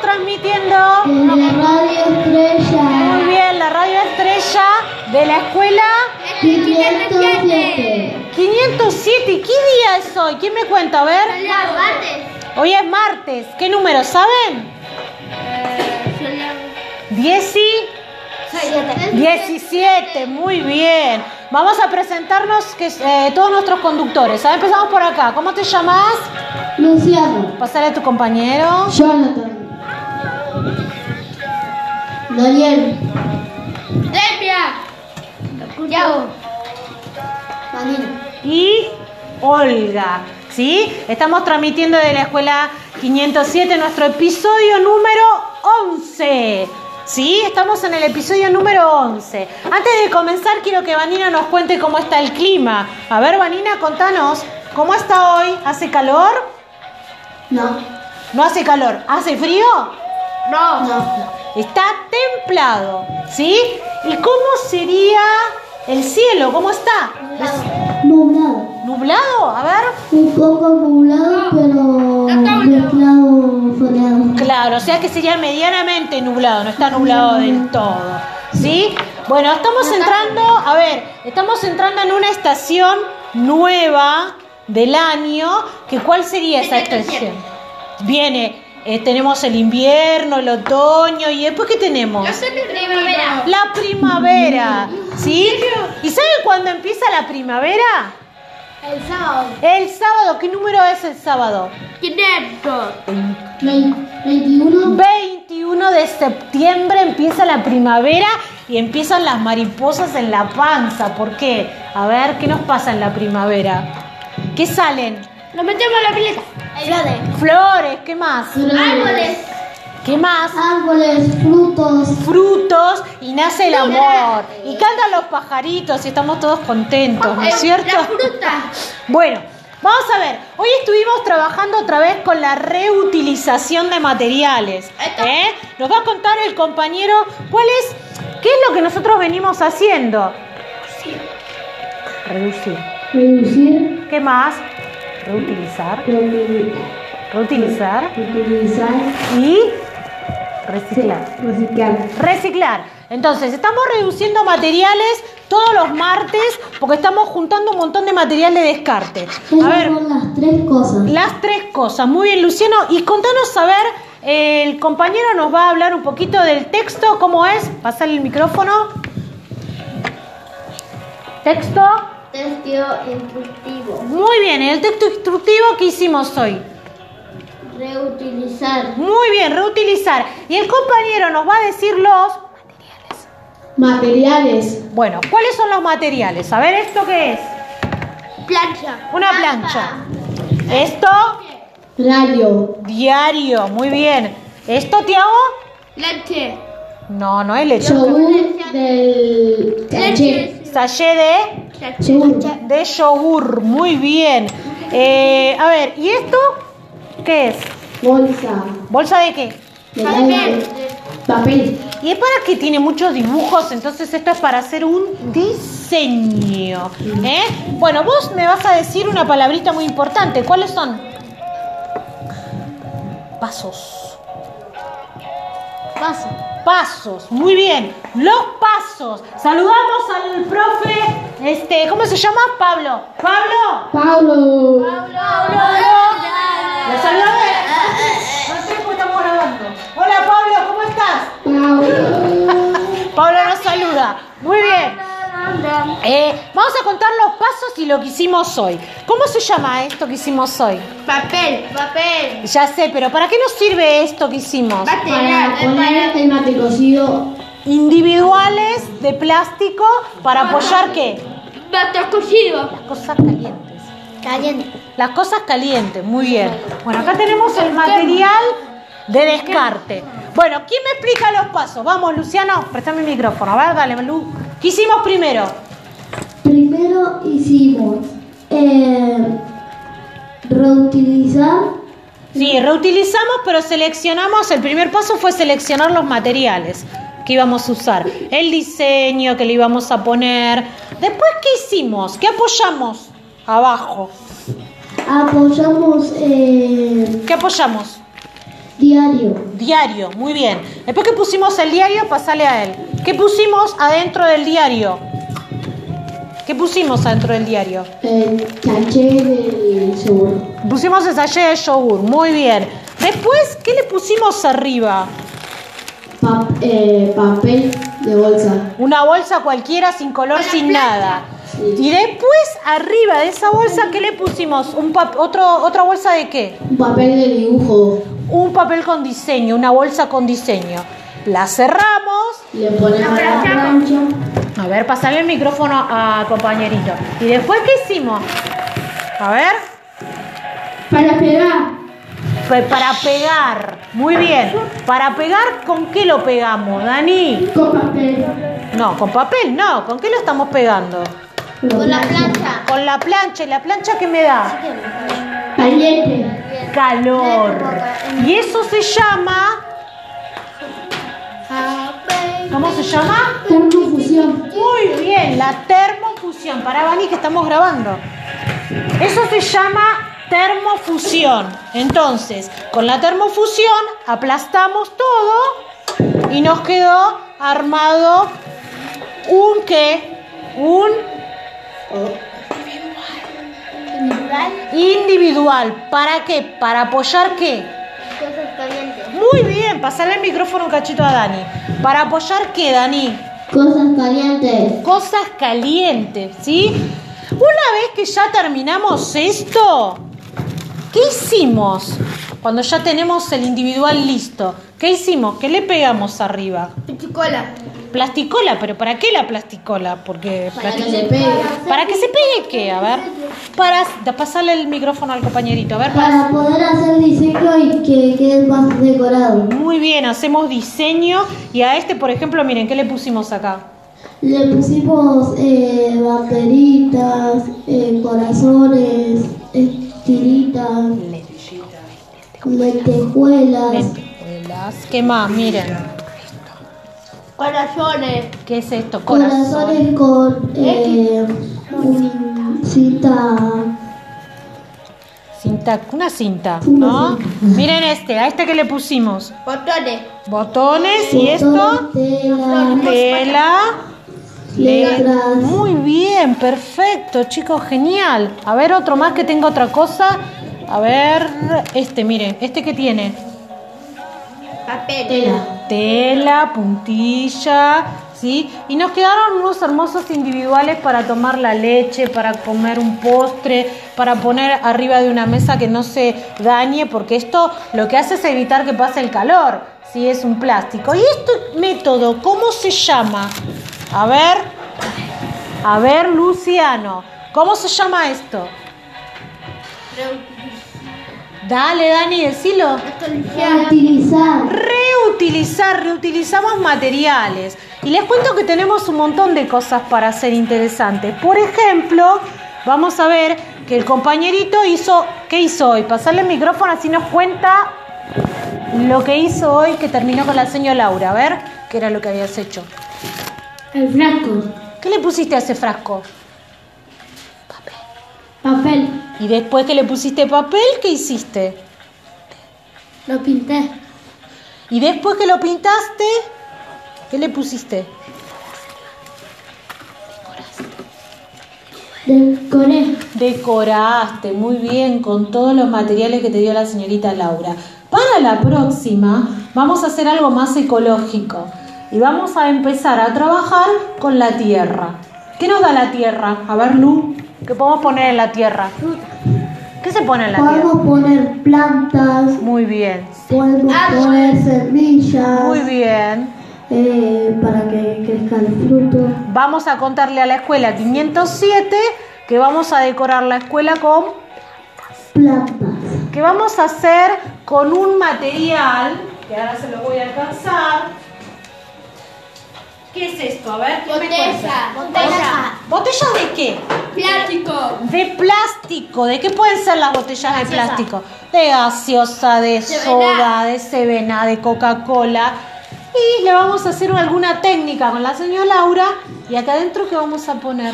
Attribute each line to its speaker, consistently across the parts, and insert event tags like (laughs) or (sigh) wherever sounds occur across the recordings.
Speaker 1: transmitiendo?
Speaker 2: En la radio
Speaker 1: Muy
Speaker 2: estrella.
Speaker 1: bien, la radio estrella de la escuela
Speaker 2: 507.
Speaker 1: 507. ¿Y ¿Qué día es hoy? ¿Quién me cuenta? A ver. Hoy es martes. ¿Qué número saben? 10 y... 17, muy bien. Vamos a presentarnos que, eh, todos nuestros conductores. A ver, empezamos por acá. ¿Cómo te llamas?
Speaker 2: Luciano.
Speaker 1: Pasar a tu compañero.
Speaker 2: Jonathan. Daniel. Vanina.
Speaker 1: y Olga. ¿Sí? Estamos transmitiendo de la escuela 507 nuestro episodio número 11. ¿Sí? Estamos en el episodio número 11. Antes de comenzar, quiero que Vanina nos cuente cómo está el clima. A ver, Vanina, contanos, ¿cómo está hoy? ¿Hace calor?
Speaker 2: No.
Speaker 1: No hace calor. ¿Hace frío?
Speaker 2: No. no.
Speaker 1: Está templado. ¿Sí? ¿Y cómo sería el cielo? ¿Cómo está?
Speaker 2: Nublado.
Speaker 1: ¿Nublado? A ver.
Speaker 2: Un poco nublado, pero mezclado soleado.
Speaker 1: Claro, o sea que sería medianamente nublado, no está nublado del todo. ¿Sí? Bueno, estamos entrando, a ver, estamos entrando en una estación nueva del año, que ¿cuál sería esa estación? Viene, eh, tenemos el invierno, el otoño y después ¿qué tenemos? La primavera, ¿sí? ¿Y saben cuándo empieza la primavera?
Speaker 3: El sábado.
Speaker 1: El sábado, ¿qué número es el sábado?
Speaker 3: 500.
Speaker 2: Ve- 21.
Speaker 1: 21 de septiembre empieza la primavera y empiezan las mariposas en la panza. ¿Por qué? A ver, ¿qué nos pasa en la primavera? ¿Qué salen?
Speaker 3: Nos metemos a la pileta. Flores.
Speaker 1: Flores, ¿qué más?
Speaker 3: Árboles.
Speaker 1: ¿Qué más?
Speaker 2: Árboles, frutos.
Speaker 1: Frutos y nace el amor. Y cantan los pajaritos y estamos todos contentos,
Speaker 3: Eh,
Speaker 1: ¿no es cierto?
Speaker 3: La fruta.
Speaker 1: Bueno, vamos a ver. Hoy estuvimos trabajando otra vez con la reutilización de materiales.
Speaker 3: Esto-
Speaker 1: ¿eh? Nos va a contar el compañero cuál es, qué es lo que nosotros venimos haciendo. Reducir.
Speaker 2: Reducir.
Speaker 1: ¿Qué más? Reutilizar.
Speaker 2: Reutilizar.
Speaker 1: Reutilizar.
Speaker 2: Utilizar.
Speaker 1: Y reciclar.
Speaker 2: Reciclar.
Speaker 1: Reciclar. Entonces, estamos reduciendo materiales todos los martes porque estamos juntando un montón de material de descarte. A
Speaker 2: Esas
Speaker 1: ver,
Speaker 2: son las tres cosas.
Speaker 1: Las tres cosas. Muy bien, Luciano. Y contanos, a ver, el compañero nos va a hablar un poquito del texto. ¿Cómo es? Pasar el micrófono. Texto.
Speaker 3: Testio instructivo.
Speaker 1: Muy bien, el texto instructivo que hicimos hoy.
Speaker 3: Reutilizar.
Speaker 1: Muy bien, reutilizar. Y el compañero nos va a decir los...
Speaker 2: Materiales.
Speaker 1: Bueno, ¿cuáles son los materiales? A ver, ¿esto qué es?
Speaker 3: Plancha.
Speaker 1: Una plancha. Esto,
Speaker 2: Radio.
Speaker 1: diario. Muy bien. ¿Esto, Tiago?
Speaker 3: Leche.
Speaker 1: No, no es leche.
Speaker 2: Yogur del taller.
Speaker 1: Sallé de...
Speaker 2: Yogur.
Speaker 1: De yogur, muy bien. Eh, a ver, ¿y esto qué es?
Speaker 2: Bolsa.
Speaker 1: ¿Bolsa de qué?
Speaker 2: de aire, Papel.
Speaker 1: Y es para que tiene muchos dibujos, entonces esto es para hacer un diseño. ¿eh? Bueno, vos me vas a decir una palabrita muy importante. ¿Cuáles son? Pasos.
Speaker 3: Paso.
Speaker 1: Pasos, muy bien. Los pasos. Saludamos al profe, este, ¿cómo se llama? Pablo. Pablo.
Speaker 2: Pablo.
Speaker 1: Lo saludamos. No sé cómo estamos grabando. Hola Pablo, ¿cómo estás? (laughs)
Speaker 2: Pablo.
Speaker 1: Pablo nos saluda. Muy bien. Eh, vamos a contar los pasos y lo que hicimos hoy. ¿Cómo se llama esto que hicimos hoy?
Speaker 3: Papel. Papel.
Speaker 1: Ya sé, pero ¿para qué nos sirve esto que hicimos?
Speaker 2: Para poner el mate cocido.
Speaker 1: Individuales de plástico para apoyar qué?
Speaker 3: Bato cocido.
Speaker 1: Las cosas calientes.
Speaker 3: Caliente.
Speaker 1: Las cosas calientes, muy bien. Bueno, acá tenemos el material de descarte. Bueno, ¿quién me explica los pasos? Vamos, Luciano, préstame el micrófono. A ver, dale, Lu. ¿Qué hicimos primero?
Speaker 2: Primero hicimos eh, reutilizar.
Speaker 1: Sí, reutilizamos, pero seleccionamos. El primer paso fue seleccionar los materiales que íbamos a usar, el diseño que le íbamos a poner. Después, ¿qué hicimos? ¿Qué apoyamos? Abajo.
Speaker 2: Apoyamos eh,
Speaker 1: ¿Qué apoyamos?
Speaker 2: diario,
Speaker 1: Diario, muy bien. Después que pusimos el diario, pasale a él. ¿Qué pusimos adentro del diario? ¿Qué pusimos adentro del diario?
Speaker 2: el caché del seguro,
Speaker 1: Pusimos el sachet de yogur, muy bien. Después, ¿qué le pusimos arriba?
Speaker 2: pa- eh, papel de bolsa,
Speaker 1: Una bolsa cualquiera sin color, sin nada.
Speaker 2: Sí.
Speaker 1: Y después, arriba de esa bolsa, ¿qué le pusimos? Un pap- otro, ¿Otra bolsa de qué?
Speaker 2: un papel de dibujo,
Speaker 1: Un papel con diseño, una bolsa con diseño. La cerramos.
Speaker 2: le ponemos la plancha,
Speaker 1: A ver, pasale el micrófono al compañerito. ¿Y después qué hicimos? A ver,
Speaker 2: para pegar,
Speaker 1: fue para pegar. Muy bien. Para pegar, ¿con qué lo pegamos, Dani?
Speaker 2: con papel,
Speaker 1: No, con papel, no. ¿Con qué lo estamos pegando?
Speaker 3: Con la plancha.
Speaker 1: Con la plancha. ¿Y la plancha qué me da?
Speaker 2: pañete,
Speaker 1: Calor. Y eso se llama... ¿Cómo se llama?
Speaker 2: termofusión,
Speaker 1: Muy bien, la termofusión. Para Bani que estamos grabando. Eso se llama termofusión. Entonces, con la termofusión aplastamos todo y nos quedó armado un qué? Un individual. ¿Para qué? Para apoyar qué?
Speaker 3: Cosas calientes.
Speaker 1: Muy bien, pasarle el micrófono un cachito a Dani. ¿Para apoyar qué, Dani?
Speaker 2: cosas calientes,
Speaker 1: cosas calientes, ¿sí? Una vez que ya terminamos esto, ¿qué hicimos? Cuando ya tenemos el individual listo, ¿qué hicimos? ¿Qué le pegamos arriba?
Speaker 3: Pichicola.
Speaker 1: Plasticola, pero ¿para qué la plasticola? Porque
Speaker 2: para
Speaker 1: plati-
Speaker 2: que se pegue,
Speaker 1: para que se pegue qué, a ver. Para da- pasarle el micrófono al compañerito, a ver. Para...
Speaker 2: para poder hacer diseño y que quede más decorado,
Speaker 1: Muy bien, hacemos diseño y a este, por ejemplo, miren, ¿qué le pusimos acá?
Speaker 2: le pusimos eh, banderitas, eh, corazones, eh, tiritas, lentejuelas,
Speaker 1: Lentejuelas. ¿Qué más? Miren.
Speaker 3: Corazones.
Speaker 1: ¿Qué es esto? Corazón.
Speaker 2: corazones con eh, un- cita,
Speaker 1: Cinta, una cinta,
Speaker 2: Una
Speaker 1: ¿no? Miren este, a este que le pusimos.
Speaker 3: Botones.
Speaker 1: Botones y esto.
Speaker 2: botones, telas,
Speaker 1: Tela.
Speaker 2: letras,
Speaker 1: Muy bien, perfecto, chicos, genial. A ver, otro más que tenga otra cosa. A ver, este, miren, este que tiene.
Speaker 3: Papel.
Speaker 2: tela,
Speaker 1: Tela, puntilla, ¿sí? Y nos quedaron unos hermosos individuales para tomar la leche, para comer un postre, para poner arriba de una mesa que no se dañe, porque esto lo que hace es evitar que pase el calor, ¿sí? Es un plástico. ¿Y este método cómo se llama? A ver, a ver, Luciano, ¿cómo se llama esto? Dale, Dani, decilo.
Speaker 2: utilizar,
Speaker 1: Reutilizar, reutilizamos materiales. Y les cuento que tenemos un montón de cosas para hacer interesantes. Por ejemplo, vamos a ver que el compañerito hizo, ¿qué hizo hoy? Pasarle el micrófono así nos cuenta lo que hizo hoy que terminó con la señora Laura. A ver, ¿qué era lo que habías hecho?
Speaker 2: el frasco,
Speaker 1: ¿Qué le pusiste a ese frasco?
Speaker 2: papel,
Speaker 1: Y después que le pusiste papel, ¿qué hiciste?
Speaker 2: lo pinté,
Speaker 1: Y después que lo pintaste, ¿qué le pusiste?
Speaker 2: decoré,
Speaker 1: Decoraste muy bien con todos los materiales que te dio la señorita Laura. Para la próxima vamos a hacer algo más ecológico y vamos a empezar a trabajar con la tierra. ¿Qué nos da la tierra? A ver, Lu, ¿qué podemos poner en la tierra? ¿Qué se pone en la tierra?
Speaker 2: podemos poner plantas,
Speaker 1: Muy bien,
Speaker 2: podemos poner semillas,
Speaker 1: Ah, muy bien.
Speaker 2: eh, para que crezca el fruto.
Speaker 1: Vamos a contarle a la escuela 507 que vamos a decorar la escuela con
Speaker 2: Plantas.
Speaker 1: que vamos a hacer con un material, que ahora se lo voy a alcanzar. ¿Qué es esto? A ver, ¿qué me
Speaker 3: Botella.
Speaker 1: cuentas?
Speaker 3: Botella.
Speaker 1: ¿Botellas de qué?
Speaker 3: Plástico.
Speaker 1: De plástico. ¿De qué pueden ser las botellas de plástico? De gaseosa, de soda, de Sevena, de Coca-Cola. Y le vamos a hacer alguna técnica con la señora Laura. Y acá adentro, ¿qué vamos a poner?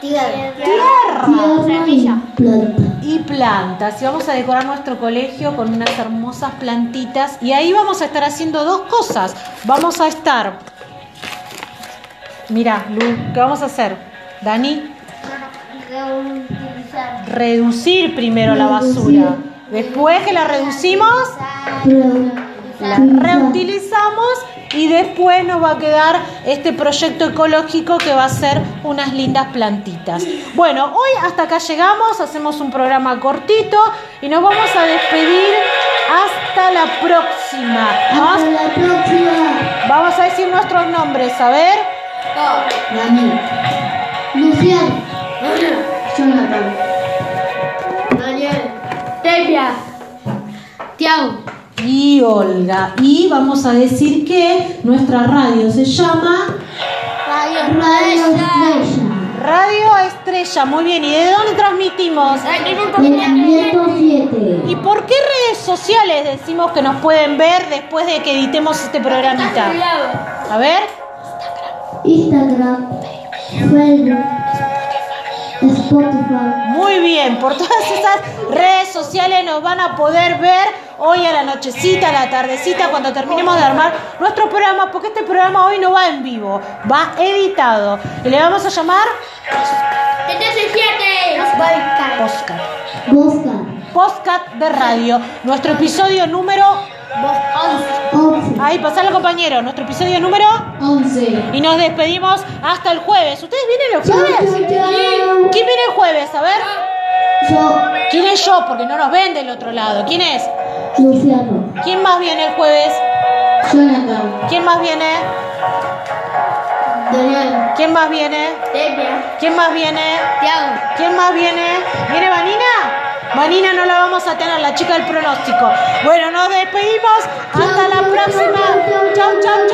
Speaker 3: Tierra.
Speaker 1: Tierra.
Speaker 2: Tierra y planta.
Speaker 1: y plantas. Y vamos a decorar nuestro colegio con unas hermosas plantitas. Y ahí vamos a estar haciendo dos cosas. Vamos a estar. Mira, Lu, ¿qué vamos a hacer? Dani,
Speaker 3: Reutilizar.
Speaker 1: reducir primero la basura. Después que la reducimos, la reutilizamos y después nos va a quedar este proyecto ecológico que va a ser unas lindas plantitas. Bueno, hoy hasta acá llegamos, hacemos un programa cortito y nos vamos a despedir hasta la próxima.
Speaker 2: Hasta
Speaker 1: Vamos,
Speaker 2: la próxima.
Speaker 1: vamos a decir nuestros nombres, a ver.
Speaker 2: Dani. Lucía. Jonathan.
Speaker 3: Daniel. Tevia. Tiago.
Speaker 1: Y Olga. Y vamos a decir que nuestra radio se llama
Speaker 3: Radio.
Speaker 2: Radio Estrella.
Speaker 1: Radio Estrella. Muy bien, ¿y de dónde transmitimos?
Speaker 2: Del 507.
Speaker 1: ¿Y por qué redes sociales decimos que nos pueden ver después de que editemos este programita? A ver,
Speaker 2: Instagram. Facebook. Spotify.
Speaker 1: muy bien, por todas esas redes sociales nos van a poder ver hoy a la nochecita, a la tardecita, cuando terminemos de armar nuestro programa, porque este programa hoy no va en vivo, va editado. Y le vamos a llamar Postcat.
Speaker 2: Busca.
Speaker 1: Postcat de radio. Nuestro episodio número... Ahí, pasalo compañero. Nuestro episodio número...
Speaker 2: 11.
Speaker 1: Y nos despedimos hasta el jueves. ¿Ustedes vienen el
Speaker 2: Chau,
Speaker 1: jueves?
Speaker 2: chau, chau.
Speaker 1: ¿Quién viene el jueves? A ver.
Speaker 2: Yo,
Speaker 1: ¿Quién es yo? Porque no nos ven del otro lado. ¿Quién es?
Speaker 2: Luciano.
Speaker 1: ¿Quién más viene el jueves?
Speaker 2: Jonathan.
Speaker 1: ¿Quién más viene?
Speaker 2: Daniel.
Speaker 1: ¿Quién más viene? ¿Quién más viene? ¿Quién más viene? ¿Viene Vanina? Vanina no la vamos a tener, la chica del pronóstico. Bueno, nos despedimos. Hasta la próxima. Chau, chau, chau.